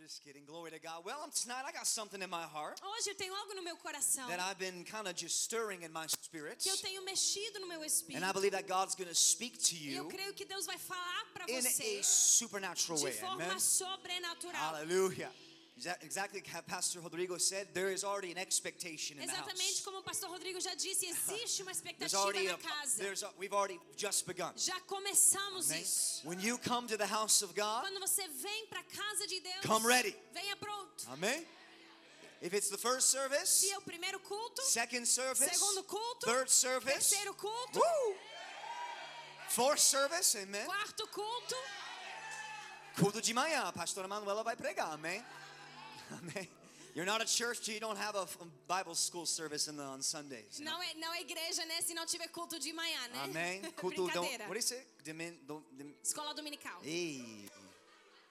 Just kidding. Glory to God. Well, I'm tonight I got something in my heart Hoje eu tenho algo no meu coração that I've been kind of just stirring in my spirit. que eu tenho mexido no meu And I espírito. believe that God's going to speak to E eu you creio que Deus vai falar para in você a supernatural de way. Amen. forma sobrenatural. Hallelujah. Exa- Exactly how Pastor Rodrigo said, there is already an expectation in the Exatamente house. como o pastor Rodrigo já disse, existe uma There's expectativa already na a, casa. there's a, we've already just begun. Já começamos Amen. isso. When you come to the house of God, Quando você vem para a casa de Deus, Come ready. venha pronto. amen. If it's the first Se service, é o primeiro culto, second service, segundo culto, third service, terceiro culto, woo, fourth service, amen. quarto culto, Culto de manhã, a pastora Manuela vai pregar, amém? Amém. You're not a church, you don't have a f- um, Bible school service in the, on Sundays. you know? não é, não é igreja, né? Se não tiver culto de manhã, né? Amém. Culto don't, Brincadeira. what do you say? Domin, don't, dim, Escola dominical. hey,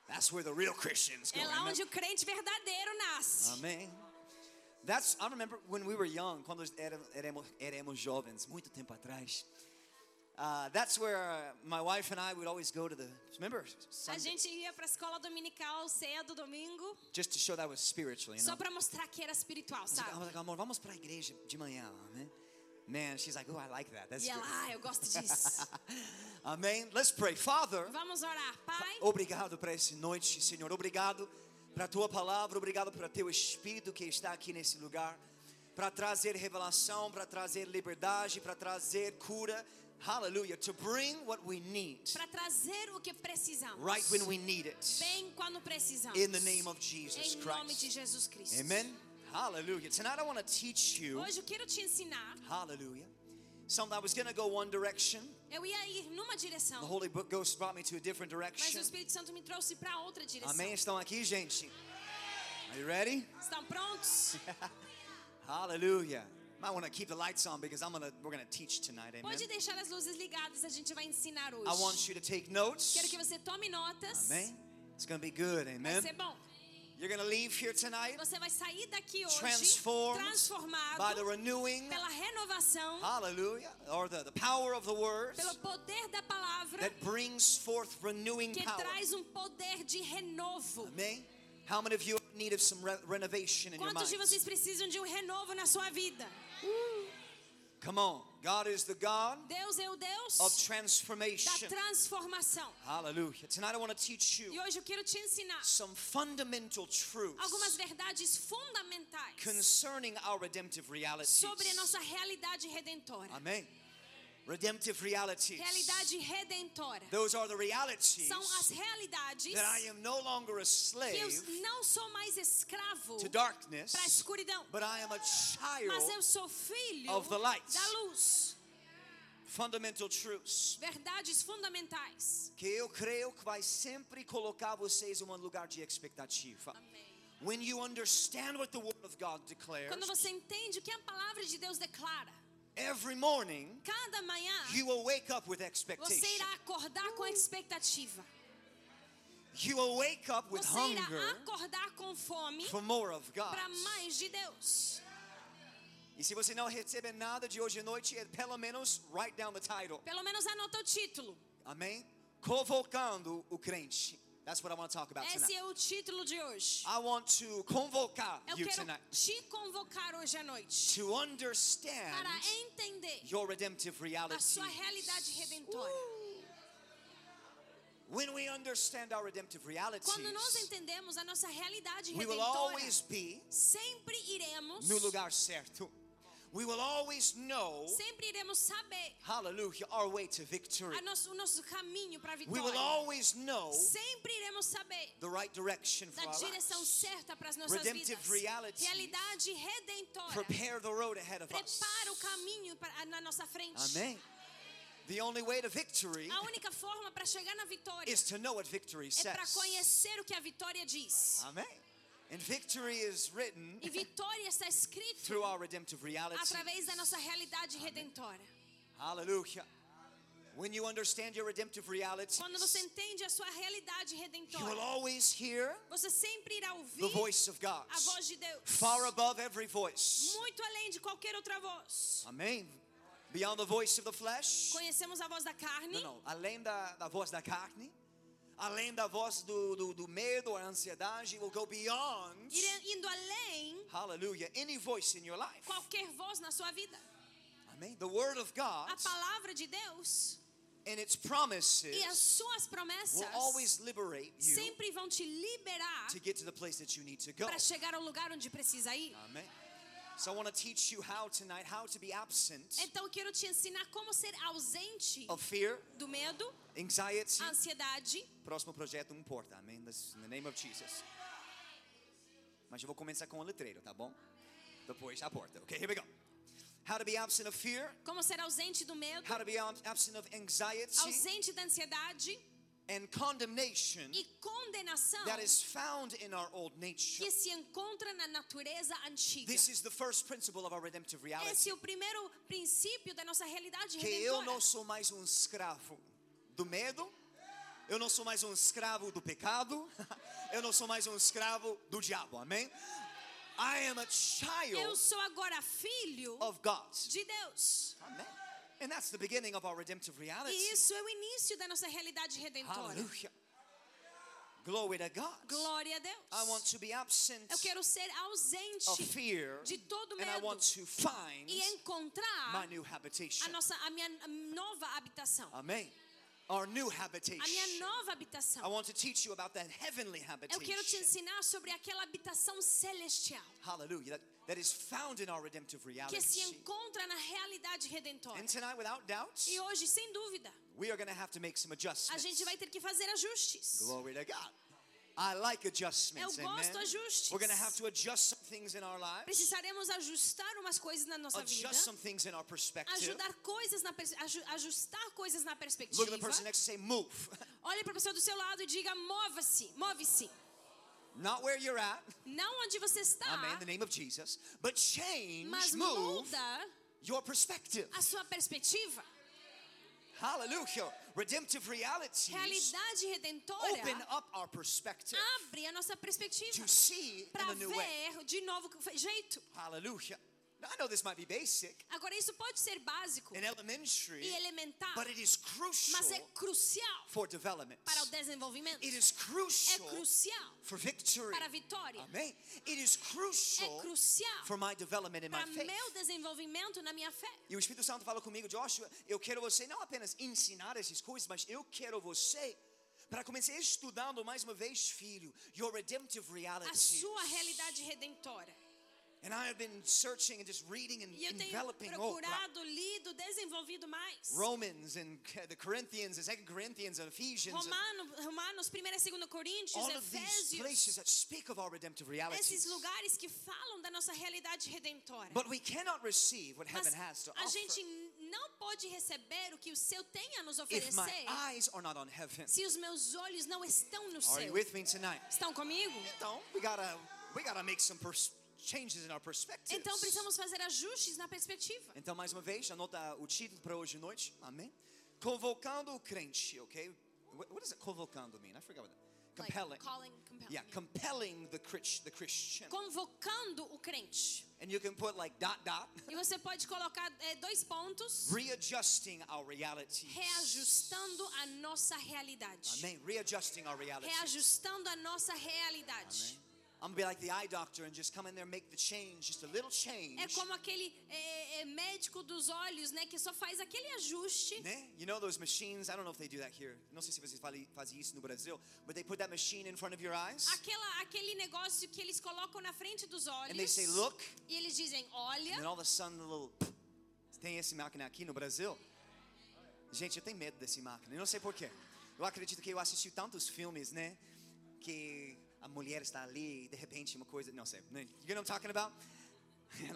that's where the real Christians go. É lá amen? onde o crente verdadeiro nasce. Amém. That's I remember when we were young, quando éramos, éramos, éramos jovens, muito tempo atrás. Uh, that's where my wife and I would always go to the remember A Sunday, gente ia para a escola dominical cedo, domingo, just to show that was spiritual, you know. só para mostrar que era espiritual, I was like, I sabe? was like, amor, vamos para a igreja de manhã, amém? Man, she's like, oh, I like that. That's E ela, ah, eu gosto disso. good. Amém. Let's pray, Father. Vamos orar, Pai. oh. Obrigado para essa noite, Senhor. Obrigado para a tua palavra, obrigado para teu espírito que está aqui nesse lugar, para trazer revelação, para trazer liberdade, para trazer cura. Hallelujah. To bring what we need para trazer o que precisamos. right when we need it. Bem quando precisamos. In the name of Jesus em nome de Christ. Jesus Cristo. Amen. Hallelujah. Tonight I want to teach you, Hoje eu quero te ensinar. hallelujah. Something I was going to go one direction. Eu ia ir numa direção, The Holy Book Ghost brought me to a different mas o direction. Espírito Santo me trouxe para outra direção. Amém. Estão aqui, gente? Are you ready? Estão prontos? Hallelujah. Might want to keep the lights on because I'm gonna we're gonna teach tonight, amen. Pode deixar as luzes ligadas, a gente vai ensinar hoje. I want you to take notes. Quero que você tome notas. Amen. It's gonna be good, Vai amen. ser bom. You're gonna leave here tonight Você vai sair daqui hoje transformed by the transformado renewing, pela renovação, hallelujah, or the, the power of the word pelo poder da palavra that brings forth renewing que power. traz um poder de renovo. Amen. How many of you need of some re- renovation in your mind? Quantos de vocês precisam de um renovo na sua vida? Come on. God is the God Deus é o Deus of da transformation. transformação. Hallelujah. Tonight I want to teach E you hoje eu quero te ensinar some fundamental algumas truths verdades fundamentais concerning our redemptive realities. sobre a nossa realidade redentora. Amém. Redemptive realities. Realidade redentora. Those are the realities São as realidades that I am no longer a que eu slave não sou mais escravo to darkness, para a escuridão, but I am a mas eu child. sou filho of the light. da luz. Fundamental truths Verdades fundamentais. que eu creio que vai sempre colocar vocês em um lugar de expectativa. When you understand what the word of God declares, Quando você entende o que a palavra de Deus declara, every morning cada manhã you will wake up with Você expectation. irá acordar com expectativa. You will wake up with Você irá hunger acordar com fome for more of God. para mais de Deus. E se você não receber nada de hoje à noite, é pelo menos write down the title. Pelo menos anota o título. Amém? Convocando o crente. That's what I want to talk about Esse tonight. é o título de hoje. I want to convocar Eu you quero tonight te convocar hoje à noite to understand para entender your redemptive a reality. sua realidade redentora. When we understand our redemptive realities, Quando nós entendemos a nossa realidade we will redentora, always be sempre iremos no lugar certo. We will always know, sempre iremos saber hallelujah, our way to victory. a nosso- o nosso caminho para a We will vitória. always know Sempre iremos saber the right direction for da our direção lives. certa para as nossas Redemptive vidas. realities. Realidade redentora. Prepare the road ahead of us. Prepara o caminho pra- na nossa frente. Amém. The only way to victory A única forma para chegar na vitória is to know what victory é para says. conhecer o que a vitória diz. Amém. And victory is written E vitória está escrito through our redemptive reality. através da nossa realidade redentora. Hallelujah. When you understand your redemptive reality, Quando você entende a sua realidade you will redentora, always hear você sempre irá the ouvir voice of God. a voz de Deus. Far above every voice. Muito além de qualquer outra voz. Amém. Beyond the voice of the flesh. Conhecemos a voz da carne, Não, não. Além da, da voz da carne, além da voz do, do, do medo, a ansiedade, will go beyond, Ire- indo além hallelujah, any voice in your life. qualquer voz na sua vida. Amém. The word of God A palavra de Deus and its promises e as suas will promessas always liberate you sempre vão te liberar to get to the place that you need to go. para chegar ao lugar onde precisa ir. Amen. So I want to teach you how tonight, how to be absent Então eu quero te ensinar como ser ausente of fear, do medo, anxiety. ansiedade. Próximo projeto, um não importa. Amém. This- In the name of Jesus. Mas eu vou começar com o letreiro, tá bom? Depois a porta. Okay, here we go. How to be absent of fear, Como ser ausente do medo, how to be ab- absent of anxiety ausente da ansiedade and condemnation e condenação that is found in our old nature. que se encontra na natureza antiga. This is the first principle of our redemptive reality. Esse é o primeiro princípio da nossa realidade que eu não redentora. sou mais um escravo do medo, eu não sou mais um escravo do pecado, eu não sou mais um escravo do diabo, amém? I am a Eu child sou agora filho of God. de Deus. Amen. And that's the beginning of our redemptive reality. E isso é o início da nossa realidade redentora. Hallelujah. Glory to God. Glória a Deus. I want to be absent Eu quero ser of ausente fear de todo and I medo want to find e my encontrar new a habitation. nossa a minha nova habitação. Amen. Our new A minha habitation. nova I habitação. want to teach you about that heavenly Eu quero te habitation. ensinar sobre aquela habitação celestial Hallelujah. That, that is found in our redemptive reality. que se encontra na realidade redentora. And tonight, without doubt, E hoje, sem dúvida, we are going to have to make some a adjustments. gente vai ter que fazer ajustes. Glory to God. I like adjustments. Eu gosto amen. ajustes. We're going to have to adjust some things in our lives, Precisaremos ajustar umas coisas na nossa vida, adjust some things in our perspective. ajudar coisas na pers- aju- ajustar coisas na Look perspectiva. at the person next to you, say, move. Olhe para a pessoa do seu lado e diga: mova-se, move-se. Not where you're at, Não onde você está, amen, in the name of Jesus, but change, Ah. mas move muda your perspective. a sua perspectiva. Hallelujah. Redemptive realities Realidade Ah. redentora open up our perspective abre a nossa perspectiva to see in para a new way. ver de novo jeito. Hallelujah. Now, I know this might be basic Agora isso pode ser básico and elementary, e elementar, é but it is crucial mas é crucial for development. para o desenvolvimento. It É is crucial crucial for victory. para a vitória. Amém. It is É crucial crucial for my development in my para faith. meu desenvolvimento na minha fé. E o Espírito Santo fala comigo, Joshua, eu quero você não apenas ensinar essas coisas, mas eu quero você para começar estudando mais uma vez, filho, your redemptive A reality. sua realidade redentora. And I have been searching and just reading and E eu tenho enveloping oh, wow. procurado, lido, desenvolvido mais. Romans and the Corinthians and Second Corinthians and Ephesians and Romano, Romanos, 1 e 2 Coríntios, all of these Efésios. places that speak of our redemptive realities. Esses lugares que falam da nossa realidade redentora. But we cannot receive what heaven has Mas to a offer gente não pode receber o que o céu tem a nos if my oferecer eyes are not on heaven. se os meus olhos não estão no Are you céu. with me tonight? Estão comigo? Então, we gotta we gotta make some pers- changes in our perspectives. Então precisamos fazer ajustes na perspectiva. Então, mais uma vez, anota o título para hoje de noite. Amém. Convocando o crente, ok? What, what does it convocando mean? I forgot what that. Like, Compelling. calling, compelling, yeah, yeah. compelling the, Chris- the Christian. Convocando o crente. And you can put like dot dot. E você pode colocar eh, dois pontos readjusting our realities. reajustando a nossa realidade. Amém. Readjusting our realities. Reajustando a nossa realidade. I'm gonna be like the eye doctor and just come in there and make the change, just a little change. É como aquele eh, eh, médico dos olhos, né, que só faz aquele ajuste. Né? You know those machines? I don't know if they do that here. Não sei se vocês fale- fazem isso no Brasil, but they put that machine in front of your eyes Aquela, aquele negócio que eles colocam na frente dos and they olhos. say, "Look," E eles dizem, and then olha. all of a sudden a little. Tem esse máquina aqui no Brasil? Gente, eu tenho medo desse máquina. Eu não sei porquê. Eu acredito que eu assisti tantos filmes, né? Que a mulher está ali e de repente uma coisa. Não sei. né? You know what I'm talking about?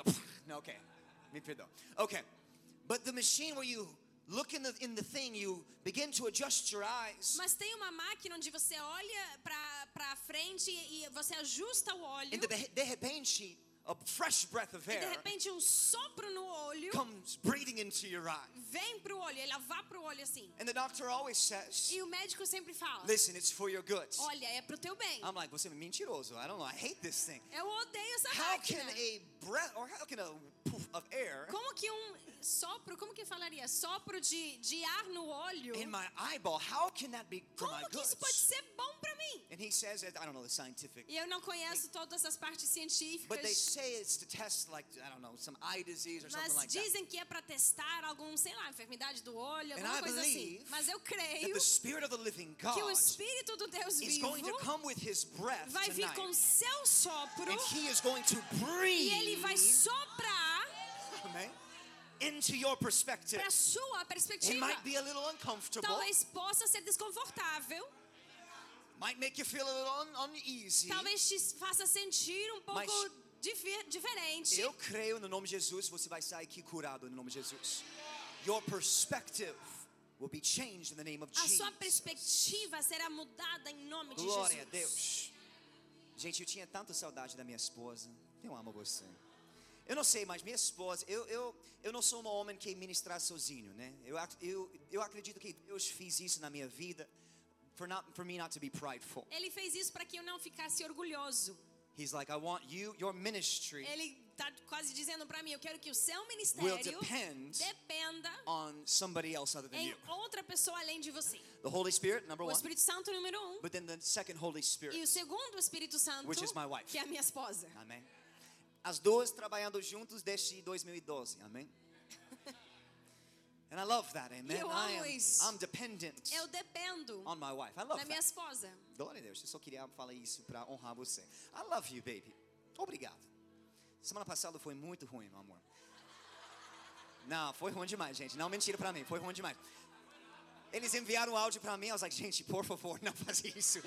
no, okay. Me perdoa. Okay. But the machine where you look in the, in the thing, you begin to adjust your eyes. Mas tem uma máquina onde você olha pra, pra frente e e você ajusta o olho. E de, de repente, a fresh breath of E de air repente um sopro no olho comes breathing into your eye. vem pro olho, ela vá pro olho assim. And the doctor always says, E o médico sempre fala: listen, it's for your good. Olha, é pro teu bem. I'm like, você é mentiroso. I don't know. I hate this thing. Eu odeio essa How can máquina. a breath or how can a poof of air Como que um sopro, como que falaria? Sopro de, de ar no olho. in my eyeball, how can that be for my Como que good? isso pode ser bom pra mim? And he says, that, I don't know the scientific, E eu não conheço todas essas partes but they científicas, say it's to test like I don't know some eye disease or something mas like that. dizem que é pra testar algum, sei lá, enfermidade do olho, And alguma I coisa assim. believe Mas eu That creio the spirit of the living God que o espírito do Deus is going to vivo come with His breath vai vir tonight, com seu sopro and He is going to breathe e ele vai soprar amen, into your perspective. pra sua It perspectiva. might be a little uncomfortable, Talvez possa ser desconfortável, might make you feel a little un- uneasy. talvez te faça sentir um pouco Mas- difer- diferente. Eu creio no nome de Jesus, você vai sair aqui curado no nome de Jesus. Your perspective will be changed in the name of A Jesus. sua perspectiva será mudada em nome de Glória a Jesus. Deus. Gente, eu tinha tanta saudade da minha esposa. Eu amo você. Eu não sei, mas minha esposa, eu, eu, eu não sou um homem que ministrar sozinho, né? Eu, ac- eu, eu acredito que Deus fez isso na minha vida for, not, for me not to be prideful. Ele fez isso para que eu não ficasse orgulhoso. He's like, I want you, your ministry Ele tá quase dizendo para mim, eu quero que o seu will ministério depend dependa on somebody else other than em you. outra pessoa além de você. The Holy Spirit, number O one. Espírito Santo número um But then the second Holy Spirit. e o segundo Espírito Santo, Which is my wife. que é a minha esposa. Amém. As duas trabalhando juntos desde 2012. Amém. And I love that. Amen. Eu I amo am, isso. I'm dependent Eu dependo on my wife. I love da minha that. esposa. Glória a Deus. Eu só queria falar isso para honrar você. I love you, baby. Obrigado. Semana passada foi muito ruim, meu amor. Não, foi ruim demais, gente. Não, mentira pra mim. Foi ruim demais. Eles enviaram o áudio pra mim. Eu was like, gente, por favor, não faz isso.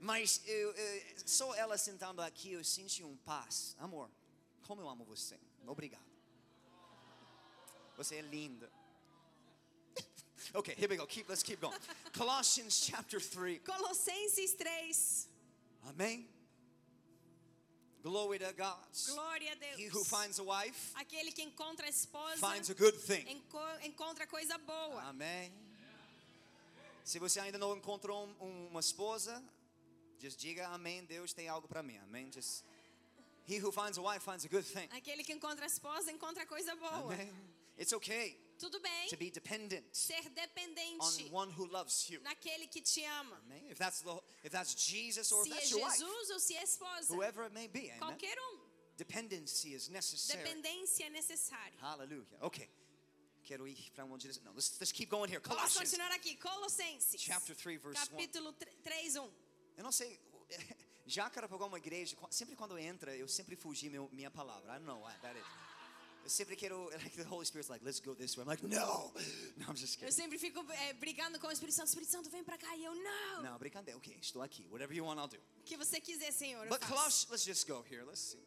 Mas eu, eu- só ela sentando aqui, eu senti um paz. Amor, como eu amo você. Obrigado. Você é linda. okay, here we go. Keep, let's keep going. Colossians chapter 3. Colossenses 3. Amém? Glory to God. Glória a He who Deus. finds a wife Aquele que encontra a esposa finds a good thing. enco- encontra coisa boa. Amém. Se você ainda não encontrou um- um- uma esposa, just diga amém. Deus tem algo para mim. Amém. Just, he who finds a wife finds a good thing. Aquele que encontra a esposa encontra coisa boa. Amém. It's okay Tudo bem to be dependent ser on dependente one who loves you. naquele que te ama. Amém. If that's the, if that's Jesus or if Se é that's your wife, Jesus ou se é esposa. whoever it may be. Amen. Qualquer um. Dependency is necessary. Dependência é necessária. Hallelujah. Okay. Quero ir para onde eles- Não, let's, let's keep going here. Vamos Colossians continuar aqui. Colossenses. chapter 3 verse 1. Capítulo um. 3, 1. Eu não sei, Jácara pegou uma igreja, qu- sempre quando entra, eu sempre fugi meu, minha palavra. I don't know why that is. Eu sempre quero, like the Holy Spirit's like, let's go this way. I'm like, no. No, I'm just Eu kidding. sempre fico eh, brigando com o Espírito Santo. Espírito Santo, vem pra cá. E eu, não. Não, brincadeira. Ok, estou aqui. Whatever you want, I'll do. O que você quiser, Senhor. eu But faço. Colossians, let's just go here. Let's see.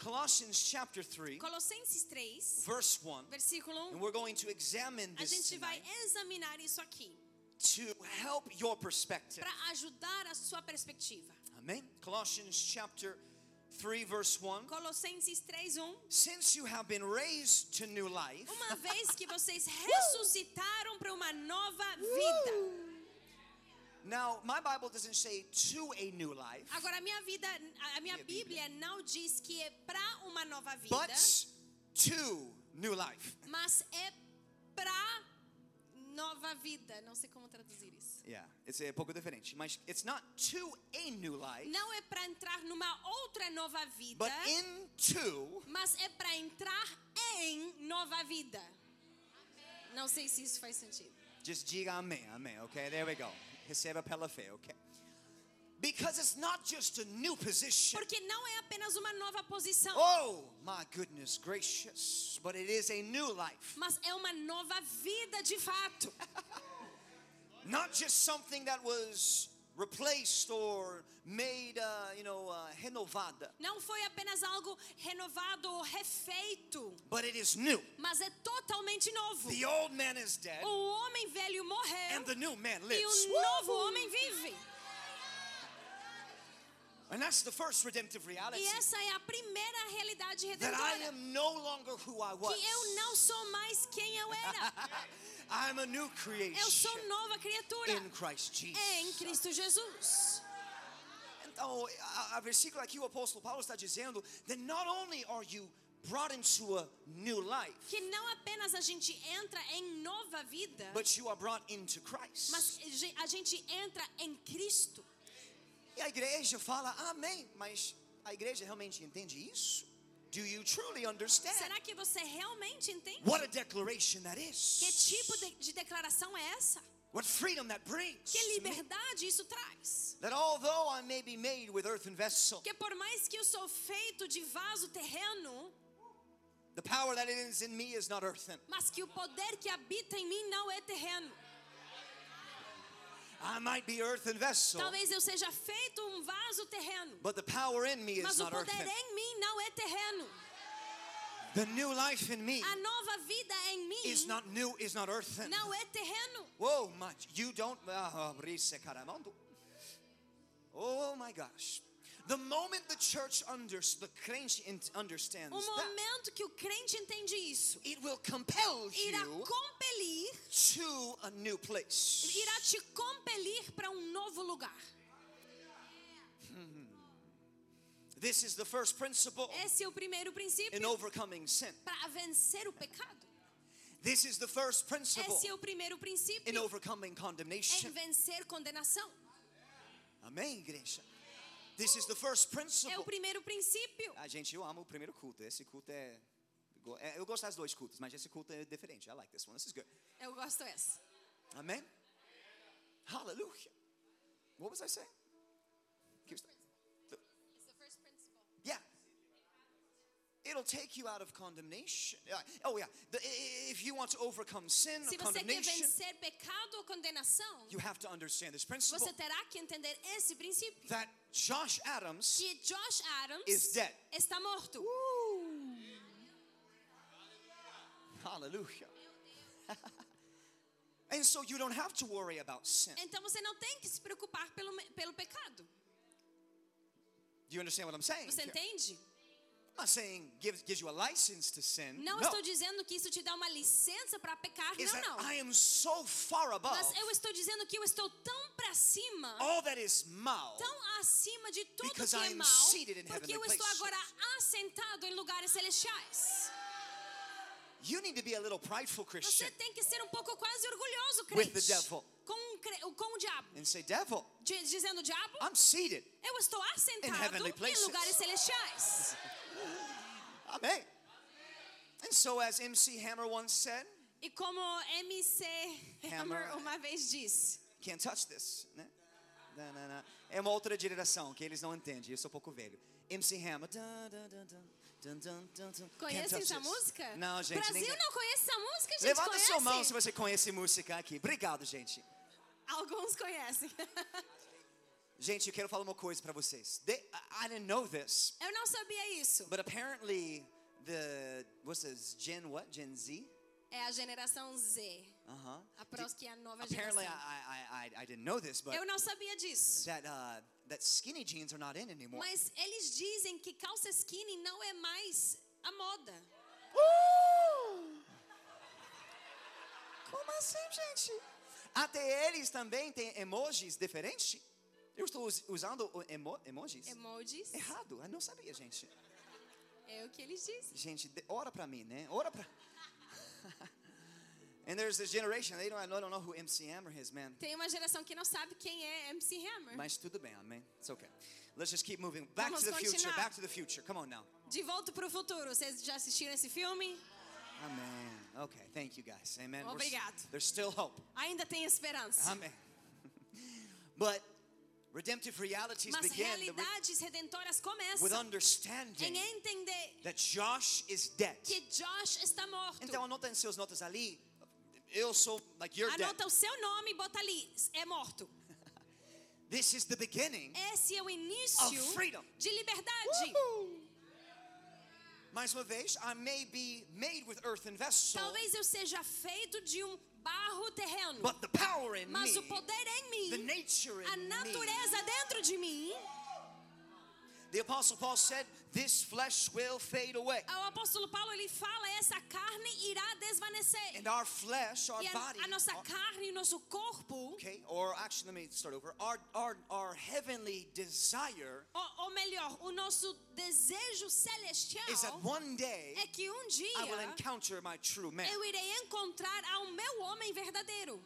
Colossians chapter 3, Colossenses 3, verse 1. versículo 1. And we're going to examine A this gente vai tonight examinar isso aqui to help your perspective. para ajudar a sua perspectiva. Amen. Colossians chapter 3, verse 1. Colossenses 3:1 Since you have been raised to new life, Uma vez que vocês ressuscitaram para uma nova vida. Now, my Bible doesn't say to a new life, Agora a minha vida, a minha Minha Bíblia. Bíblia não diz que é para uma nova vida, but to new life. mas é para nova vida. Não sei como traduzir isso. Yeah, it's a pouco diferente. Mas it's not to a new life, Não é para entrar numa outra nova vida, but into mas é para entrar em nova vida. Não sei se isso faz sentido. just diga amém, amém. Okay, there we go. Receba pela fé, okay? Because it's not just a new position. Porque não é apenas uma nova posição, Oh, my goodness gracious, but it is a new life. mas é uma nova vida de fato. Not just something that was replaced or made, uh, you know, uh, renovada, Não foi apenas algo renovado ou refeito, but it is new. mas é totalmente novo. The old man is dead. O homem velho and morreu the new man e lives. o novo homem vive. And that's the first redemptive reality E essa é a primeira realidade that I redentora. am no longer who I was. Que eu não sou mais quem eu era. I'm a new creation Eu sou nova criatura in Christ Jesus. em Cristo Jesus. Então, a, a versículo aqui o apóstolo Paulo está dizendo that not only are you brought into a new life, Que não apenas a gente entra em nova vida, but you are brought into Christ. mas ge- a gente entra em Cristo. E a igreja fala, amém, mas a igreja realmente entende isso? Do you truly understand Será que você realmente entende? É. what a declaration that is? Que tipo de, de declaração é essa? What freedom that brings? Que liberdade isso traz? That although I may be made with earthen vessel, Que por mais que eu sou feito de vaso terreno, the power that is in me is not earthen. mas que o poder que habita em mim não é terreno. I might be earthen vessel, Talvez eu seja feito um vaso terreno, but the power in me is mas o not poder earthen. em mim não é terreno. The new life in me A nova vida em is mim not new, is not earthen. não é terreno. Whoa, much. You don't. ah, rise caramando. Oh my gosh. The moment the church unders, the crente in- understands O that, momento que o crente entende isso, it will compel irá you compelir, to a new place. irá te compelir para um novo lugar. This is the first principle Esse é o primeiro princípio Oh. in overcoming sin. para vencer o pecado. This is the first principle Esse é o primeiro in princípio overcoming em condemnation. É vencer condenação. Amém, igreja. This is the first É o principle. primeiro princípio. Ah, gente, eu amo o primeiro culto. Esse culto é. go- é, Eu gosto das dois cultos, mas esse culto é diferente. I like this one. This is good. Eu gosto essa. Amém? Hallelujah. What was I saying? Que- the- Yeah. It'll take you out of condemnation. Yeah. Oh yeah. The- i- i- if you want to overcome sin, Se você quer condemnation, vencer pecado ou condenação, you have to understand this principle você terá que entender esse princípio. that Josh Adams Que Josh Adams is dead. está morto. Hallelujah. and so you don't have to worry about sin. Então você não tem que se preocupar pelo, me- pelo pecado. Do you understand what I'm saying? Você here? entende? I'm not saying gives, gives you a license to sin. Não no. estou dizendo que isso te dá uma licença para pecar, is não, that não. I am so far above Mas eu estou dizendo que eu estou tão para cima all that is mal tão acima de tudo Because que I é am mal, seated in porque heavenly eu estou places. agora assentado em lugares celestiais. You need to be a little prideful Christian Você tem que ser um pouco quase orgulhoso, With crente. the devil. Com, o cre- com o diabo. and say, Devil, Di- dizendo, diabo, I'm seated. eu estou assentado heavenly em places. lugares celestiais. Amen. And so, as MC Hammer once said, E como MC Hammer, Hammer. uma vez disse, can't touch this. Né? Na, na, na. É uma outra geração que eles não entendem. Eu sou pouco velho. MC Hammer. dun, dun, dun, dun, dun, dun, dun, dun. Can't conhece touch essa this. música? Não, gente. Brasil ninguém- não conhece essa música, gente Levanta conhece? sua mão se você conhece música aqui. Obrigado, gente. Alguns conhecem. Gente, eu quero falar uma coisa pra vocês. They, I- I didn't know this, Eu não sabia isso. But apparently, the what's this Gen what Gen Z? É a geração Z. Uh huh. A próxima que é a nova Apparently, I, geração. I I I didn't know this, but Eu não sabia disso. that uh, that skinny jeans are not in anymore. Mas eles dizem que calça skinny não é mais a moda. Como assim, gente? Até eles também têm emojis diferentes. Eu estou us- usando o emo emojis. Emojis Errado, eu não sabia, gente. é o que eles dizem. Gente, de- ora pra mim, né? Ora pra. And there's this generation, they don't, I don't know who MC Hammer is, man. Tem uma geração que não sabe quem é MC Hammer. Mas tudo bem, amém. It's okay. Let's just keep moving. Back Mm-hmm. Vamos to the future, continuar. back to the future. Come on now. De volta pro futuro. Vocês já assistiram esse filme? Amen. Okay, thank you guys. Amen. We're s- Obrigado. There's still hope. Ainda tem esperança. Amen. but redemptive realities Mas begin the re- realidades redentoras with começam em understanding entender that Josh is dead. que Josh está morto. Então anota em seus notas ali. Eu sou, like, you're dead. Anota o seu nome e bota ali. É morto. This is the beginning. Esse é o Of início freedom. de liberdade. Mais uma vez, I may be made with earthen vessel, Talvez eu seja feito de um barro terreno, but the power in mas me, o poder é em the mim, nature a in me, natureza dentro de mim, Apostle Paul said, This flesh will fade away. O apóstolo Paulo ele fala essa carne irá desvanecer. And our flesh, our e a, body, a nossa our- carne, o nosso corpo, okay, or actually, let me start over. Our, our, our heavenly desire ou, ou melhor, o nosso desejo celestial is that one day é que um dia I will encounter my true man. eu irei encontrar ao meu homem verdadeiro.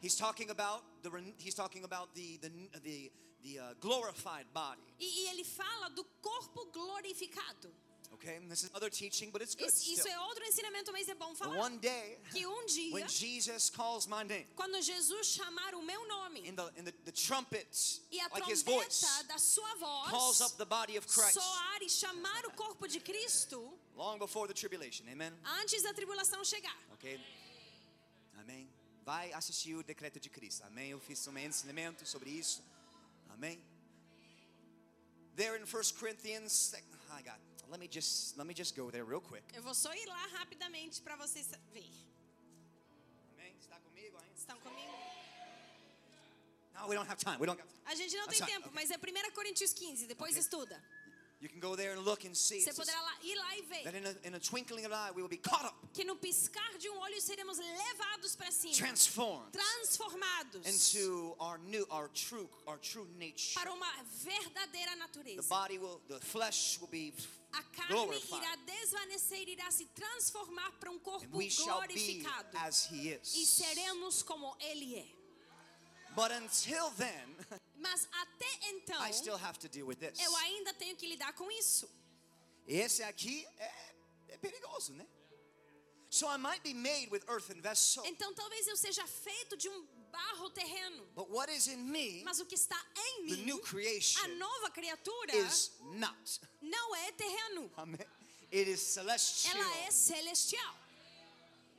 He's talking about the ren- he's talking about the the the, the uh, glorified body. E, e ele fala do corpo glorificado. Okay, and this is other teaching, but it's good. Isso, isso still. é outro ensinamento, mas é bom But falar. One day, que um dia, when Jesus calls my name, quando Jesus chamar o meu nome in the in the, the trumpets, e a like His trombeta voice, da sua calls voz up the body of Christ soar e chamar o corpo de Cristo long before the tribulation. Amen. antes da tribulação chegar. Ok? Amém? Vai assistir o decreto de Cristo. Amém? Eu fiz um ensinamento sobre isso. Amém? There in 1 Corinthians, sec- ah, God, let me just let me just go there real quick. Eu vou só ir lá rapidamente para vocês sa- ver. Amém? Está comigo, hein? Estão comigo? No, we don't have time. We don't have time. A gente não That's tem right, tempo, okay. mas é 1 Coríntios 15, depois Okay. estuda. You can go there and look and see. Você It says poderá lá- ir lá e That ver in a, in a twinkling of an eye we will be caught up, que no piscar de um olho seremos levados para cima, transformed transformados into our new, our true, our true nature. para um uma verdadeira The natureza. body will, the flesh will be A carne glorified, irá desvanecer, irá se transformar para um corpo and we shall be glorificado as He is. e seremos como ele é. But until then, Mas até então, I still have to deal with this. eu ainda tenho que lidar com isso. Esse aqui é, é perigoso, né? So I might be made with earthen vessel, Então talvez eu seja feito de um barro terreno, but what is in me, mas o que está em the new mim, a creation, nova criatura, is not. não é terreno, Amen. It is celestial. ela é celestial.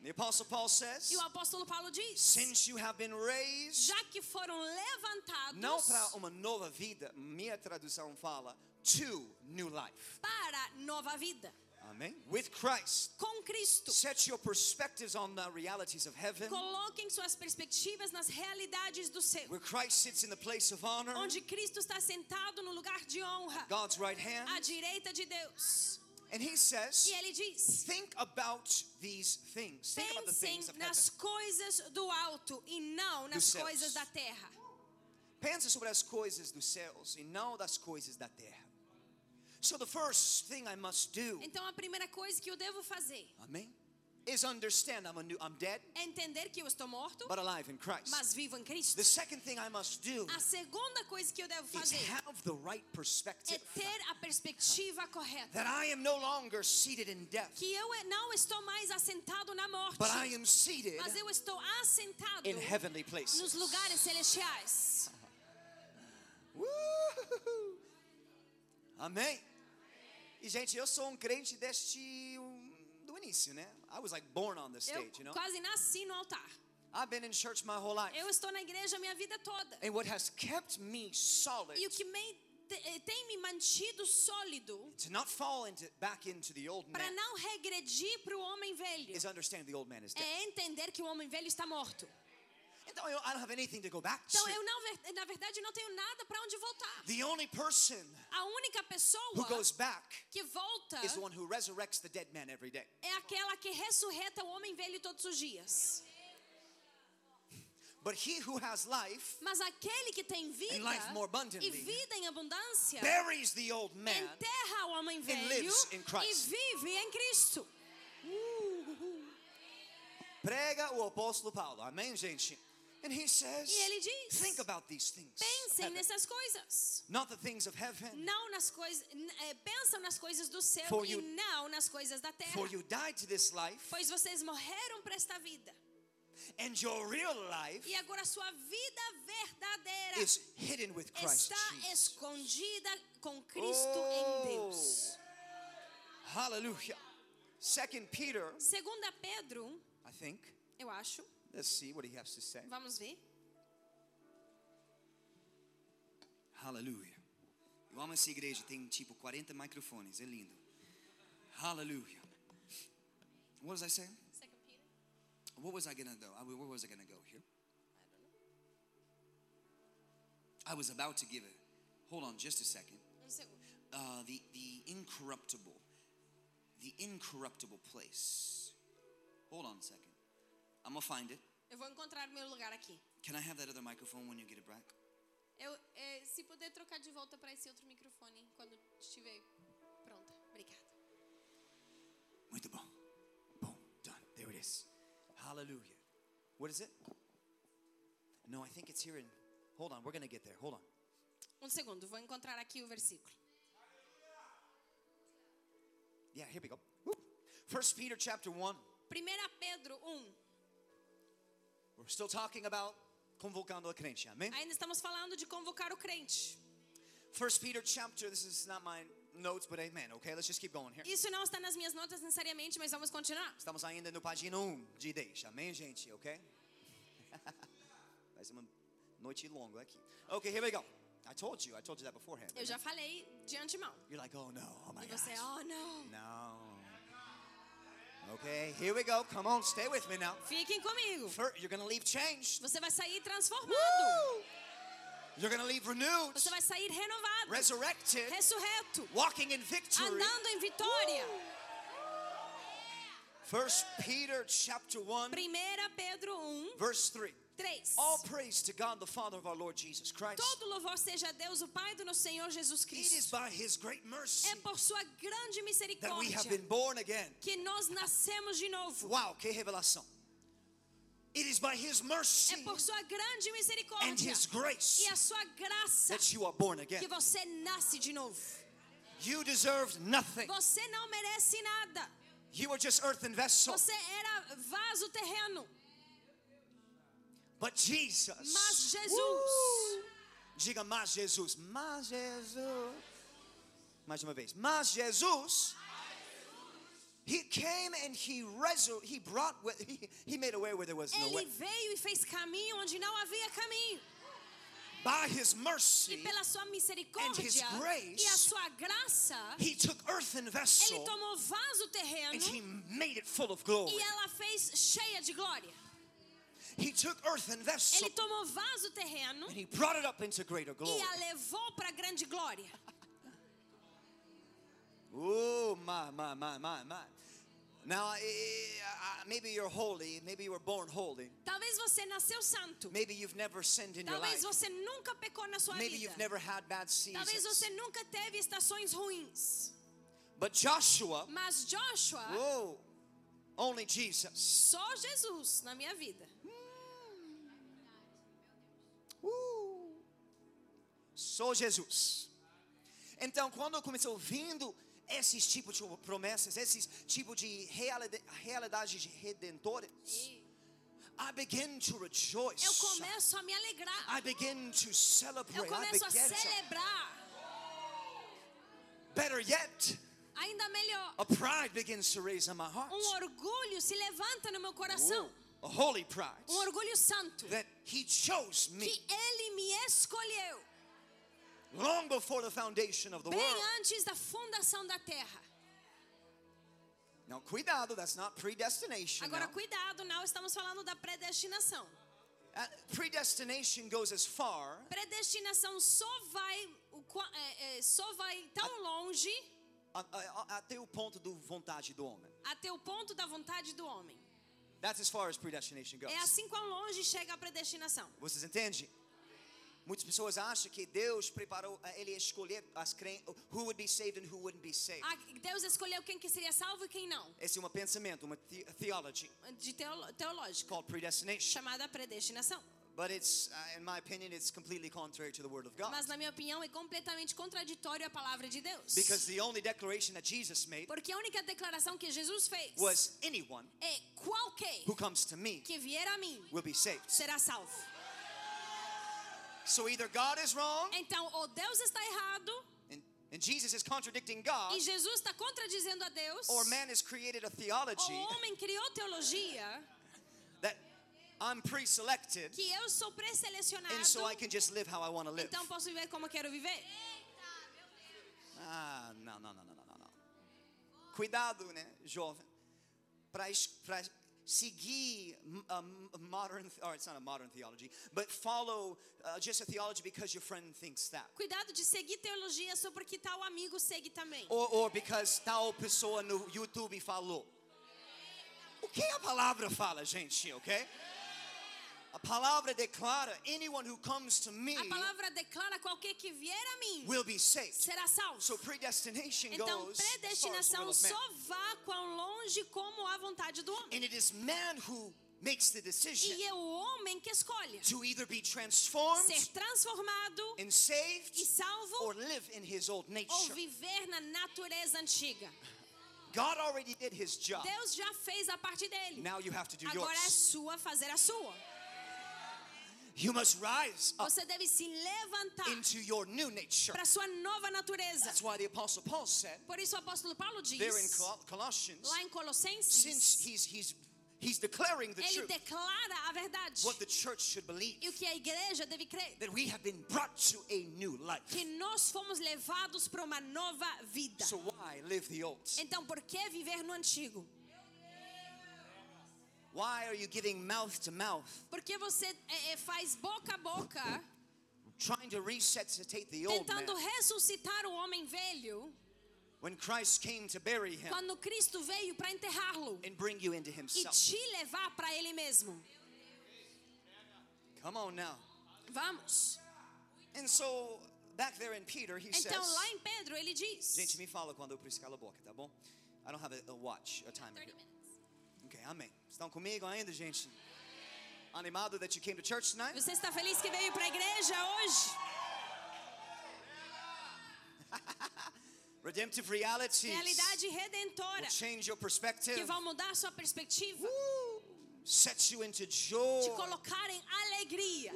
The Apostle Paul says, E o apóstolo Paulo diz: since you have been raised, já que foram levantados não um para uma nova vida, minha tradução fala, to new life. para nova vida Amém? With Christ. com Cristo. Set your perspectives on the realities of heaven, Coloquem suas perspectivas nas realidades do céu, where Christ sits in the place of honor, onde Cristo está sentado no lugar de honra, God's right hand. à direita de Deus. And he says, E ele diz: think about these things. Think about the pensem things of heaven. nas coisas do alto e não nas céus. coisas da terra. Pensa sobre as coisas dos céus e não das coisas da terra. So the first thing I must do, Então a primeira coisa que eu devo fazer amen, is understand I'm a new, I'm dead, é entender que eu estou morto, but alive in Christ. mas vivo em Cristo. The second thing I must do A segunda coisa que eu devo is fazer have the right é perspective ter a perspectiva correta. that I am no longer seated in death, Que eu é, não estou mais assentado na morte, but I am seated mas eu estou assentado in heavenly nos places. lugares celestiais. Woo-hoo-hoo. Amém. E gente, eu sou um crente deste um, do início, né? I was like born on this Eu stage, you know. quase nasci no altar. I've been in church my whole life. Eu estou na igreja a minha vida toda. And what has kept me solid E o que me, te- eh, tem me mantido sólido to not fall into back into the old para man não regredir para o homem velho is understand the old man is dead. é entender que o homem velho está morto. Então, eu- I don't have anything to go back to. Então eu não, ver- na verdade, eu não tenho nada para onde voltar. The only person A única pessoa who goes back que volta is the one who resurrects the dead man every day. é aquela que ressurreta o homem velho todos os dias. But he who has life Mas aquele que tem vida And life more abundantly. e vida em abundância buries the old man. enterra o homem velho lives in e Christ. vive em Cristo. Prega o apóstolo Paulo. Amém, gente? And he says, E ele diz, think about these things. of Pensem heaven, nessas coisas. Not the things of heaven. Não nas coisas, n- eh, pensam nas coisas do céu For e you- não nas coisas da terra. For you died to this life, Pois vocês morreram para esta vida and your real life e agora sua vida verdadeira is hidden with Christ está Jesus. escondida com Cristo Oh. em Deus. Hallelujah. Second Peter, Segunda Pedro, I think. eu acho. Let's see what he has to say. Vamos ver. Hallelujah. Eu amo essa igreja, tem tipo 40 microfones, é lindo. Hallelujah. What was I saying? What was I gonna do? I- Where was I gonna go here? I was about to give a Hold on just a second. Um segundo. Uh, the, the incorruptible, the incorruptible place. Hold on a second. I'm going to find it. Eu vou encontrar o meu lugar aqui. Can I have that other microphone when you get it back? Eu, eh, se puder trocar de volta para esse outro microfone quando estiver pronta. Obrigada. Muito bom. Boom, done. There it is. Hallelujah. What is it? No, I think it's here in. Hold on, we're going to get there. Hold on. Um segundo, vou encontrar aqui o versículo. Yeah, here we go. Woo. First Peter chapter 1. 1 Pedro 1. We're still talking about convocando a crente. Amém? Ainda estamos falando de convocar o crente. First Peter chapter, this is not my notes, but amen. Okay, let's just keep going here. Isso não está nas minhas notas necessariamente, mas vamos continuar. Estamos ainda no página 1 de 10. Amém, gente? Ok? Vai ser uma noite longa aqui. Okay, here we go. I told you. I told you that beforehand. Eu já falei de antemão. You're like, oh no, oh my E gosh. você, oh não. No. Okay, here we go. Come on, stay with me now. Fiquem comigo. Fir- you're going to leave changed. Você vai sair transformado. Woo! You're going to leave renewed, Você vai sair renovado, resurrected, ressurreto, walking in victory. andando em vitória. Uh! First Peter chapter 1, 1 Pedro 1, verse 3. 3. All praise to God the Father of our Lord Jesus Christ. Todo louvor seja a Deus, o Pai do nosso Senhor Jesus It is Cristo. by his great mercy É por sua grande that we have misericórdia been born again. que nós nascemos de novo. Wow, que revelação. It is by his mercy É por sua grande and misericórdia his grace e a sua graça that you are born again. que você nasce de novo. You deserved nothing. Você não merece nada. You were just earthen vessel. Você era vaso terreno, But Jesus. mas Woo! Jesus. Diga, mas Jesus. Mas Jesus. Mais uma vez. Mas Jesus. He came and he resur- he brought with he, he made a way where there was no way. Ele veio e fez caminho onde não havia caminho. By his E mercy, pela sua misericórdia And his grace, e a sua graça, he took earthen ele vessel tomou vaso and terreno he made it full of glory. e ela fez cheia de glória. He took earthen vessel Ele tomou vaso terreno and he brought it up into greater e glory. a levou para a grande glória. Oh my my my my my. Now I, I, I- maybe you're holy, maybe you were born holy, Talvez você nasceu santo. maybe you've never sinned in your Talvez life, você nunca pecou na sua maybe vida. you've never had bad Talvez seasons. você nunca teve estações ruins. But Joshua, Mas Joshua, whoa, only Jesus. só Jesus na minha vida. Woo. Sou Jesus. Então, quando eu comecei ouvindo esses tipos de promessas, esses tipos de realidade, realidades redentores, I begin to rejoice. Eu começo a me alegrar. I begin to Eu celebrate. I começo a begin to, celebrar. better yet, Ainda melhor, a pride begins to raise in my heart. um orgulho se levanta no meu coração. A holy pride Um orgulho santo. that He chose me Que ele me escolheu long before the foundation of the world. bem antes da fundação da terra. Now, cuidado, that's not predestination. Agora, now. cuidado, não estamos falando da predestinação. Uh, predestination goes as far Predestinação só vai, o qua- é, é, só vai tão longe a- a- a- uh, até o ponto do vontade do homem. até o ponto da vontade do homem. That's as far as predestination goes. É assim quão longe chega a predestinação. Vocês entendem? Muitas pessoas acham que Deus preparou uh, ele escolher as cren who would be saved and who wouldn't be saved. A- Deus escolheu quem que seria salvo e quem não, Esse é um pensamento, uma the theology de teolo- teológico, called predestination. chamada predestinação. But it's, uh, in my opinion, it's completely contrary to the word of God. Mas na minha opinião é completamente contraditório à palavra de Deus. Because the only declaration that Jesus made Porque a única declaração que Jesus fez was anyone é qualquer who comes to me que vier a mim will be saved. será salvo. So either God is wrong Então, ou Deus está errado and, and Jesus is contradicting God, e Jesus está contradizendo a Deus, or man has created a ou theology o homem criou teologia that I'm pre selected que eu sou pré-selecionado, and so I can just live how I want to live. então posso viver como eu quero viver. Ah, não, não, não, não, não, não. não. Cuidado, né, jovem, para seguir um, modern, or it's not a modern theology, but follow uh, just a theology because your friend thinks that. Cuidado de seguir teologia só porque tal amigo segue também. Or, or because tal pessoa no YouTube falou. O que a palavra fala, gente, ok? A palavra declara, anyone who comes to me A palavra declara qualquer que vier a mim will be saved. será salvo. So predestination Então, goes as far as the will predestinação of man. só vá quão longe como a vontade do homem. And it is man who makes the decision E é o homem que escolhe to either be transformed ser transformado and saved e or salvo live in his old ou nature. viver na natureza antiga. God already did his job. Deus já fez a parte dele. Ah. Now you have to do Agora é yours. sua fazer a sua. You must rise up Você deve se levantar into your new nature. para sua nova natureza. That's why the apostle Paul said Por isso o apóstolo Paulo diz, there in Col- Colossians, lá em Colossenses, since he's he's he's declaring the ele truth, declara a verdade what the church should believe, e o que a igreja deve crer. that we have been brought to a new life. Que nós fomos levados para uma nova vida. So why live the old? Então, por que viver no antigo? Why are you giving mouth to mouth, Porque você é, é, faz boca a boca, trying to resuscitate the old man tentando ressuscitar o homem velho, when Christ came to bury him quando Cristo veio para enterrá-lo and bring you into e Himself? te levar para Ele mesmo. Come on now. Vamos. And so back there in Peter, he Então, says. lá em Pedro, ele é Gente, diz: me fala quando eu preciso cala a boca, tá bom? I don't have a, a watch, a timer here. Ok, amém. Estão comigo ainda, gente? Animado that you came to church tonight? Você está feliz que veio para a igreja hoje? Redemptive realities Realidade redentora will change your perspective, que vai mudar sua perspectiva, set you into joy, te colocar em alegria,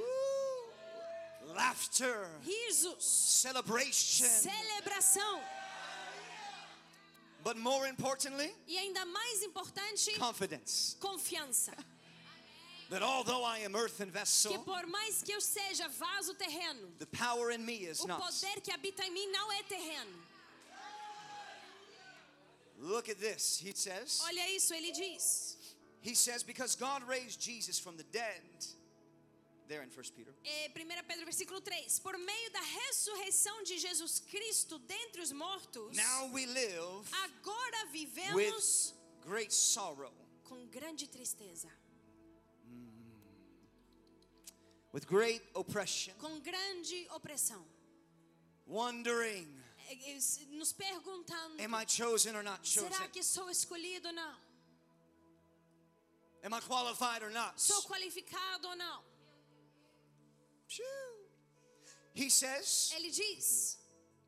laughter, risos, celebration. celebração But more importantly, e ainda mais importante, confidence confiança. that although I am earthen Que vessel, por mais que eu seja vaso terreno, the power in me is O not. poder que habita em mim não é terreno. Look at this. He says. Olha isso, ele diz. He says, because God raised Jesus from the dead, there in First Peter, É, 1 Pedro versículo 3. Por meio da ressurreição de Jesus Cristo dentre os mortos, now we live agora with vivemos great sorrow, com grande tristeza, with great oppression, com grande opressão. wondering, É, é, s- Nos perguntando: am I chosen or not chosen? será que sou escolhido ou não? Am I qualified or not? Sou qualificado ou não? Phew. He says, Ele diz: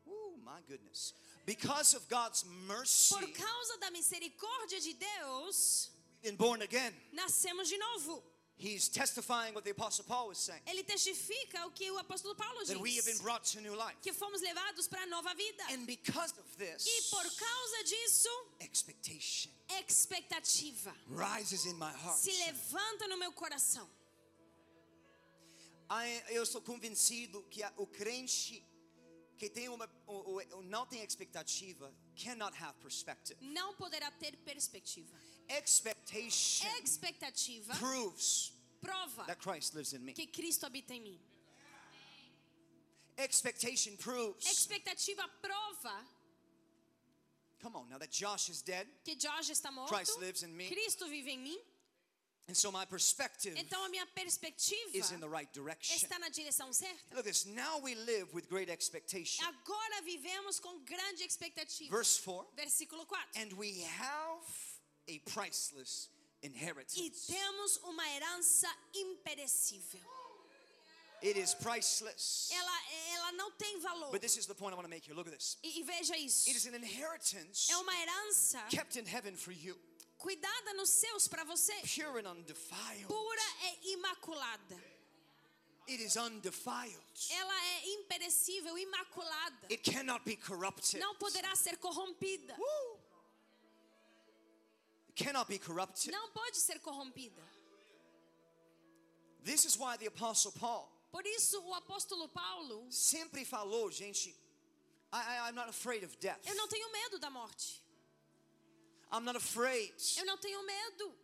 oh my goodness, because of God's mercy, por causa da misericórdia de Deus, been born again. nascemos de novo. He's testifying what the Apostle Paul was saying, Ele testifica o que o apóstolo Paulo that we have been diz, brought to new life. que fomos levados para a nova vida. And because of E this, por causa disso, expectation expectativa rises in my heart. se levanta no meu coração. Ai, Ah, Eu sou convencido que a- o crente que tem uma, o, o- o- não tem expectativa cannot have perspective. Não poderá ter perspectiva. Expectation Expectativa proves prova that Christ lives in me. que Cristo habita em mim. Expectation proves. Expectativa prova Come on, now that Josh is dead, que Jorge está morto. Christ lives in me. Cristo vive em mim. and so my perspective Então a minha is in the perspectiva right direction. está na direção certa. Look at this. Now we live with great expectation. Agora vivemos com grande expectativa. Verse 4. Versículo 4. And we have a priceless E inheritance. temos uma herança imperecível. It is priceless. Ela, ela não tem valor. But this is the point I want to make here. Look at this. E, e veja isso. It is an inheritance É uma herança kept in heaven for you, cuidada nos seus para você. pure and undefiled. Pura é imaculada. It is undefiled. Ela é imperecível, imaculada. It cannot be corrupted. Não poderá ser corrompida. Woo! It cannot be corrupted. Não pode ser corrompida. This is why the apostle Paul Por isso o apóstolo Paulo, sempre falou, gente, I, I, I'm not afraid of death. eu não tenho medo da morte. I'm not afraid Eu não tenho medo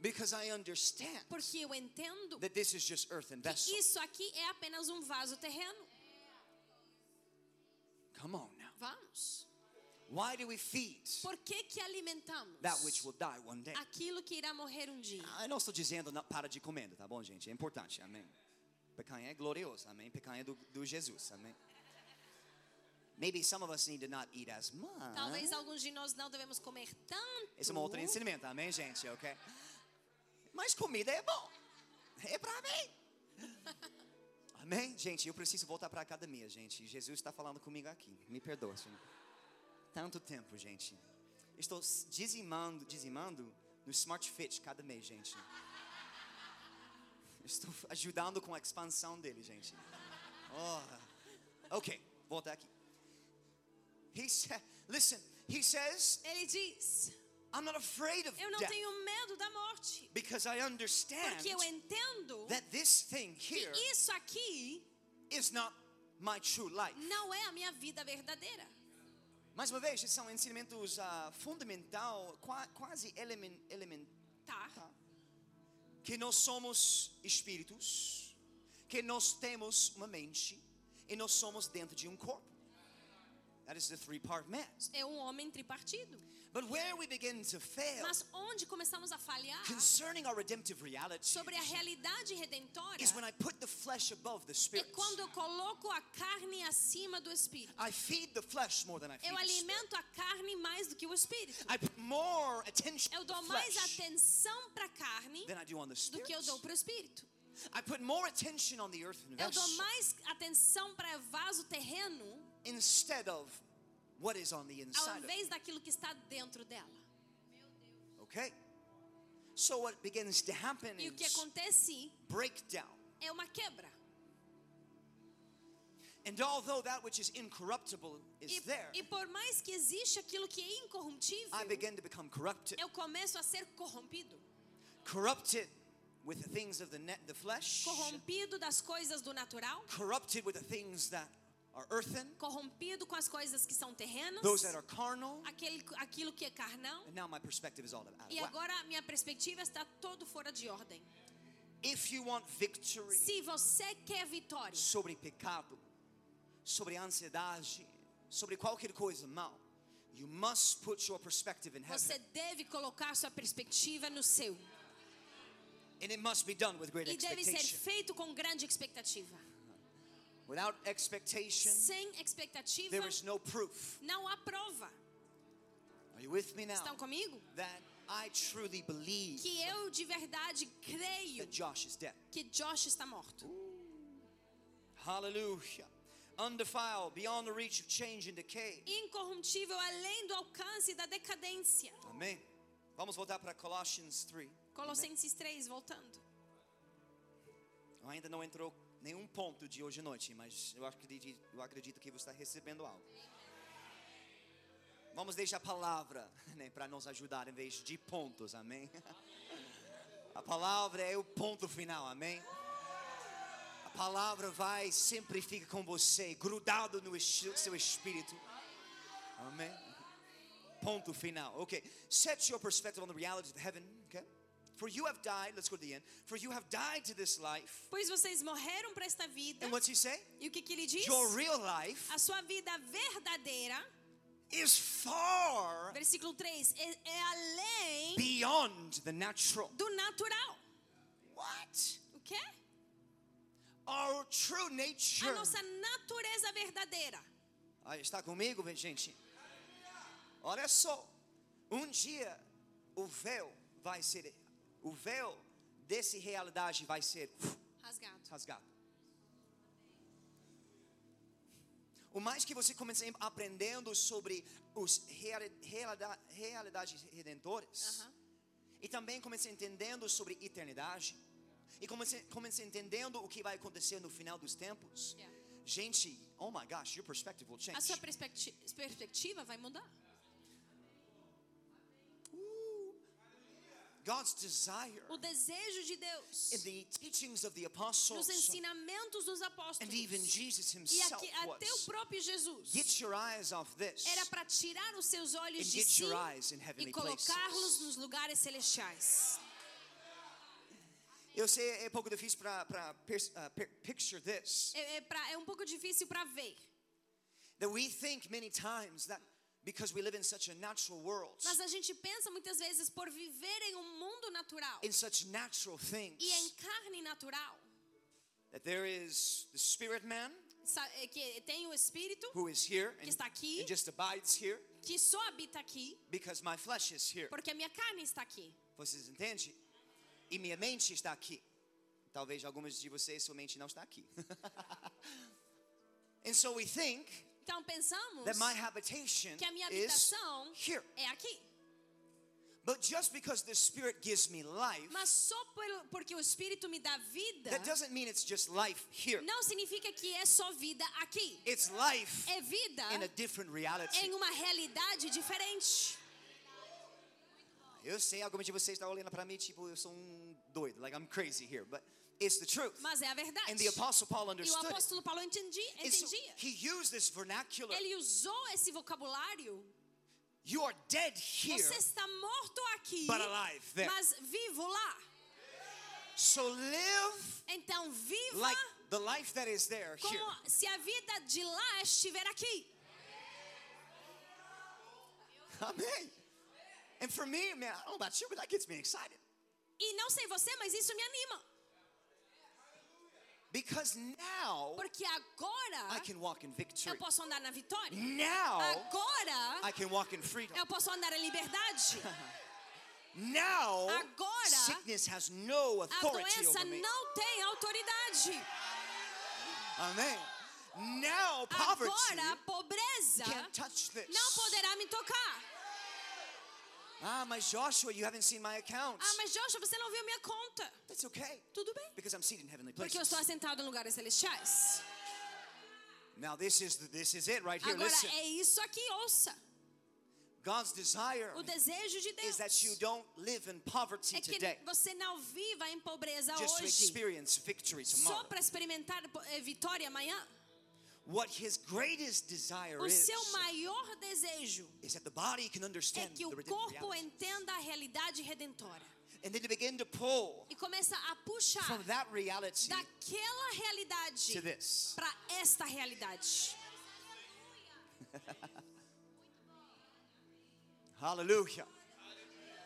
because I understand Porque eu entendo that this is just earthen que vessel. isso aqui é apenas um vaso terreno. Come on now. Vamos. Why do we feed Por que que alimentamos that which will die one day? aquilo que irá morrer um dia? Ah, Eu não estou dizendo não, para de comendo, tá bom, gente? É importante, amém. Picanha é glorioso, amém. Picanha é do, do Jesus, amém. Maybe some of us need to not eat as much. Talvez alguns de nós não devemos comer tanto. Ah. Esse é um outro ensinamento, amém, gente, É, ok? Mas comida é bom. É pra mim. Amém, gente? Eu preciso voltar pra academia, gente. Jesus está falando comigo aqui. Me perdoa, Senhor. Tanto tempo, gente. Estou s- dizimando, dizimando no Smart Fit cada mês, gente. Estou ajudando com a expansão dele, gente. Oh. Ok, voltar aqui. He sa- listen, he says Ele diz: I'm not afraid of Eu não death tenho medo da morte, because I understand porque eu E entendo É, that this thing here que isso aqui is not my true life. não é a minha vida verdadeira. Mais uma vez, esses são ensinamentos ah, fundamental, qua- quase elemen, elemen- Tá? que nós somos espíritos, que nós temos uma mente e nós somos dentro de um corpo. That is the three-part man. É um homem tripartido. But where we begin to fail Mas onde começamos a falhar concerning our redemptive reality sobre a realidade redentória is when I put the flesh above the é spirit. quando eu coloco a carne acima do espírito. I feed the flesh more than I feed Eu the spirit. alimento a carne mais do que o espírito. I put more attention Eu on the dou flesh mais atenção para a carne than I do on the do spirit. que eu dou para o espírito. I put more attention on the earth and Eu dou vessel mais atenção para vaso terreno instead of what is on the ao inside of invés daquilo que está dentro dela. it. Okay? So what begins to happen E o que is acontece breakdown. é uma quebra. And although that which is incorruptible is E, there, e por mais que existe aquilo que é incorruptível, I begin to become corrupted. eu começo a ser corrompido. Corrupted with the things of the net, the flesh. Corrompido das coisas do natural, Corrupted with the things that are earthen, corrompido com as coisas que são terrenas, those that are carnal. aquele, aquilo que é carnal. And now my perspective is all out E of whack. agora a minha perspectiva está todo fora de ordem. If you want victory, Se você quer vitória sobre pecado, sobre ansiedade, sobre qualquer coisa mal. You must put your perspective in heaven. Você deve colocar sua perspectiva no seu. And it must be done with great E deve ser expectation. feito com grande expectativa. Without expectation, Sem expectativa, there is no proof. não há prova. Are you with me now? Estão comigo? That I truly believe Que eu de verdade creio that Josh is dead. que Josh está morto. Hallelujah. Undefiled, beyond the reach of change and decay. E Incorruptível além do alcance da decadência. Amém. Vamos voltar para Colossians 3. Colossenses 3, voltando. Ainda não entrou nenhum ponto de hoje à noite, mas eu acredito, eu acredito que você está recebendo algo. Vamos deixar a palavra né, para nos ajudar em vez de pontos, amém? A palavra é o ponto final, amém? A palavra vai, sempre fica com você, grudado no esti- seu espírito, amém? Ponto final, ok. Set your perspective on the realities of heaven, okay? For you have died, let's go to the end. For you have died to this life. Pois vocês morreram para esta vida. And what's he say? E o que, que ele diz? Your real life A sua vida verdadeira, is far versículo 3, é, é além beyond the natural. do natural. What? O quê? Our true A nature. nossa natureza verdadeira. Ah, está comigo, gente? Olha só. Um dia o véu vai ser o véu desse realidade vai ser Rasgado. rasgado. O mais que você começa aprendendo sobre os reali- realida- realidades redentoras, Aham. E também comecei entendendo sobre eternidade. E comecei, comecei entendendo o que vai acontecer no final dos tempos. Yeah. Gente, oh my gosh, your perspective will change. A sua perspecti- perspectiva vai mudar. God's desire O desejo de Deus, in the teachings of the nos apostles ensinamentos dos and apóstolos even Jesus e himself aqui, até o was, próprio Jesus get your eyes off this era para tirar os seus olhos and de get si your eyes in e heavenly places. colocá-los nos lugares celestiais. Eu sei, é pouco difícil para uh, picture this. É, é pra- é um pouco difícil para ver. That we think many times that because we live in such a natural world, Mas é- a gente pensa muitas vezes por viver em um mundo natural in such natural things, e em carne natural, that there is the spirit man sa- é que tem o espírito who is here and, que está aqui, and just abides here que só habita aqui, because my flesh is here. porque a minha carne está aqui. Vocês entendem? E minha mente está aqui. Talvez algumas de vocês sua mente não está aqui. And so we think Então pensamos that my habitation que a minha is habitação here. é aqui. But just because the spirit gives me life, Mas só pelo- porque o espírito me dá vida, that doesn't mean it's just life here. não significa que é só vida aqui. It's life É vida in a different reality. em um uma realidade diferente. Eu sei, algumas de vocês estão olhando para mim tipo eu sou um doido, like I'm crazy here, but it's the truth. Mas é a verdade. And the apostle Paul E o understood it. apóstolo Paulo entendi, And so entendia. he used this vernacular. Ele usou esse vocabulário. You are dead here, Você está morto aqui, but alive there. mas vivo lá. So live Então viva like the life that is there here. como se a vida de lá estiver aqui. Amen. And for me, man, I don't know about you, but that gets me excited. E não sei você, mas isso me anima, Because now porque I agora can walk in victory. eu posso andar na vitória. Now I Agora can walk in freedom. eu posso andar em liberdade. Now Agora, sickness has no A authority doença over me. não tem autoridade. Amen. Now poverty Agora a pobreza can't touch this. não poderá me tocar. Ah, mas Joshua, you haven't seen my account. Ah, mas Joshua, você não viu minha conta. That's okay. Tudo bem. Because I'm seated in heavenly Porque eu places. estou assentado em lugares celestiais. Now this is this is it right here. Agora Listen. é isso aqui, ouça. God's desire O desejo de is Deus that you don't live in poverty é que today, você não viva em pobreza just to hoje, experience victory tomorrow. só para experimentar eh, vitória amanhã. What His greatest desire O is seu maior desejo is that the body can é understand que the o redeeming corpo reality. entenda a realidade redentora and then to begin to pull e começa a from puxar that reality daquela realidade to this. para esta realidade. Hallelujah.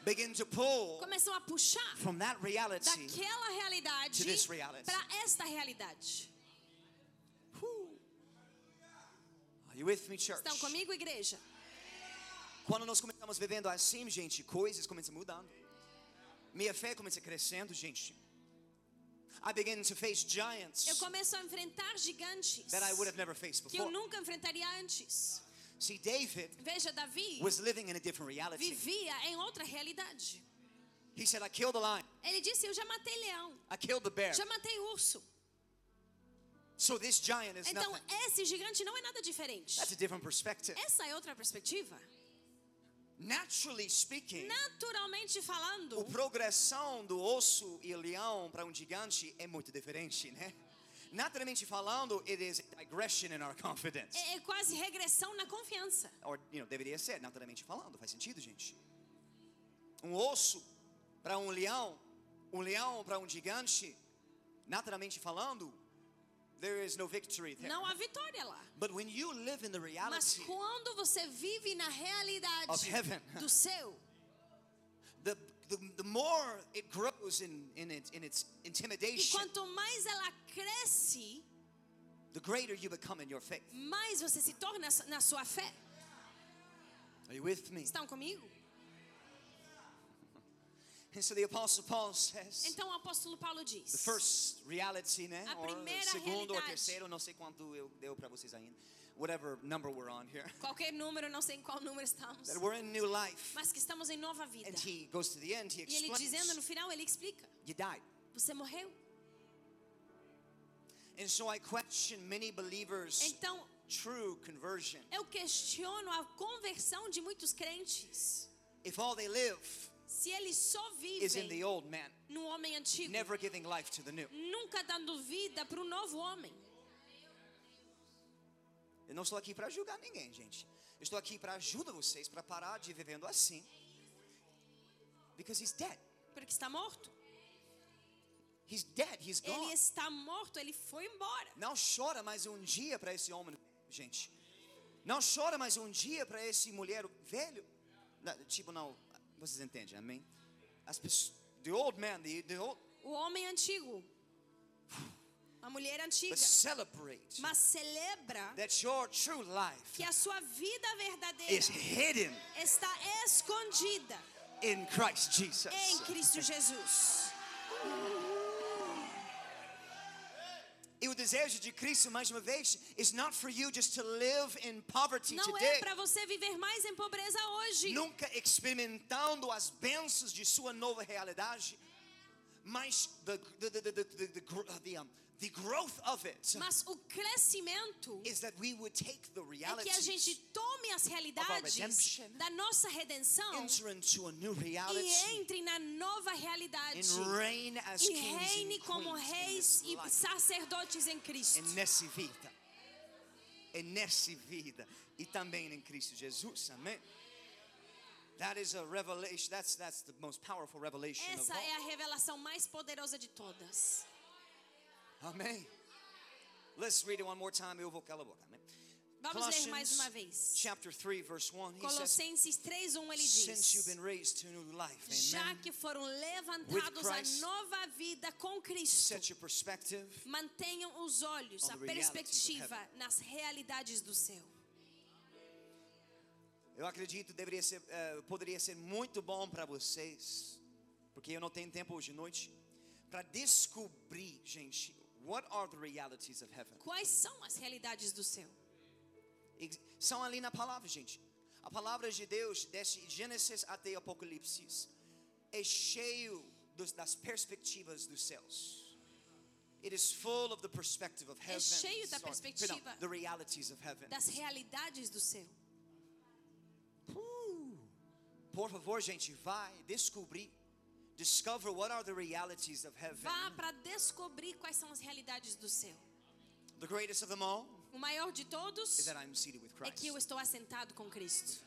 Begin to pull Começam a puxar from that reality. daquela realidade to this reality. para esta realidade. Whew. Are you with me, church? Estão comigo, igreja? Quando nós começamos vivendo assim, gente, coisas começam mudando. Minha fé começa crescendo, gente. I begin to face giants Eu começo a enfrentar gigantes that I would have never faced que eu before. nunca enfrentaria antes. See, David Veja, Davi was living in a different reality. vivia em outra realidade. He said, I killed the lion, Ele disse: Eu já matei leão, I killed the bear. já matei urso. So this giant is Então, nothing. esse gigante não é nada diferente. That's a different perspective. Essa é outra perspectiva. Naturally speaking, Naturalmente falando, o progressão do osso e leão para um gigante é muito diferente, né? Naturalmente falando, it is digression in our confidence. é, é quase regressão na confiança. Or, you know, deveria ser, naturalmente falando, faz sentido, gente. Um osso para um leão, um leão para um gigante, naturalmente falando, there is no victory there. Não há vitória lá. But when you live in the Mas reality quando você vive na Of realidade heaven. do céu, the, the, the more it grows in, in, its in its e intimidation, quanto mais ela cresce, the greater you become in your faith. mais você se torna na sua fé. Are you with me? Estão comigo? And so the Apostle Paul says, Então o apóstolo Paulo the diz: first reality, né? A Or primeira segundo ou realidade. terceiro, não sei quanto eu deu para vocês ainda. Whatever number we're on here. qualquer número, não sei em qual número estamos, That we're in new life. mas que estamos em nova vida. And he goes to the end, he E ele dizendo no explains, final, ele explica: you died. Você morreu. And so I question many believers' Então true conversion. eu questiono a conversão de muitos crentes. If all they live Se eles só is in the vivem old man, no homem antigo, never giving life to the new. nunca dando vida para o novo homem. Eu não estou aqui para julgar ninguém, gente. Eu estou aqui para ajudar vocês para parar de vivendo assim. Because he's dead. Porque está morto. He's dead, he's Ele gone. está morto, ele foi embora. Não chora mais um dia para esse homem, gente. Não chora mais um dia para esse mulher velho. Na- Tipo, não, vocês entendem, amém? As pessoas, the old man, the, the old, O homem antigo, a mulher antiga, but celebrate mas celebra that your true life que a sua vida is verdadeira hidden está escondida in Christ Jesus. em Cristo Jesus. E o desejo de Cristo, mais uma vez, is not for you just to live in poverty Não é today. para você viver mais em pobreza hoje, nunca experimentando as bênçãos de sua nova realidade, mas the, the, the, the, the, the, the, gr- uh, the, um, the growth of it mas o crescimento is that we would take the é que reality, a gente tome as realidades redemption. da nossa redenção enter into a new reality, e entre na nova realidade and reign as e kings and reine como queens in this reis e life. sacerdotes em Cristo. É nessa vida, é nessa vida e também em Cristo Jesus, amém? That is a revelation. That's that's the most powerful revelation of Essa all. é a revelação mais poderosa de todas. Amém. Let's read it one more time. Eu vou calar a boca. Amém. Vamos ler mais uma vez. Chapter 3, verse 1. He says, Colossenses 3:1 ele Since you've diz: been raised to a new life, Já amen. que foram levantados à Christ, nova vida com Cristo, Set your perspective mantenham os olhos, on a the realities of perspectiva heaven. nas realidades do céu. Eu acredito deveria ser, eh, poderia ser muito bom para vocês, porque eu não tenho tempo hoje à noite para descobrir, gente, what are the realities of heaven? Quais são as realidades do céu? Ex- São ali na palavra, gente. A palavra de Deus, desde Gênesis até Apocalipse, é cheio dos, das perspectivas dos céus. It is full of the perspective of heaven. É cheio da Sorry, perspectiva perdão, the realities of heaven. Das realidades do céu. Uh, Por favor, gente, vai descobrir. Discover what are the realities of heaven. Vá para descobrir quais são as realidades do céu. The greatest of them all O maior de todos is that I'm seated with é Christ. que eu estou assentado com Cristo.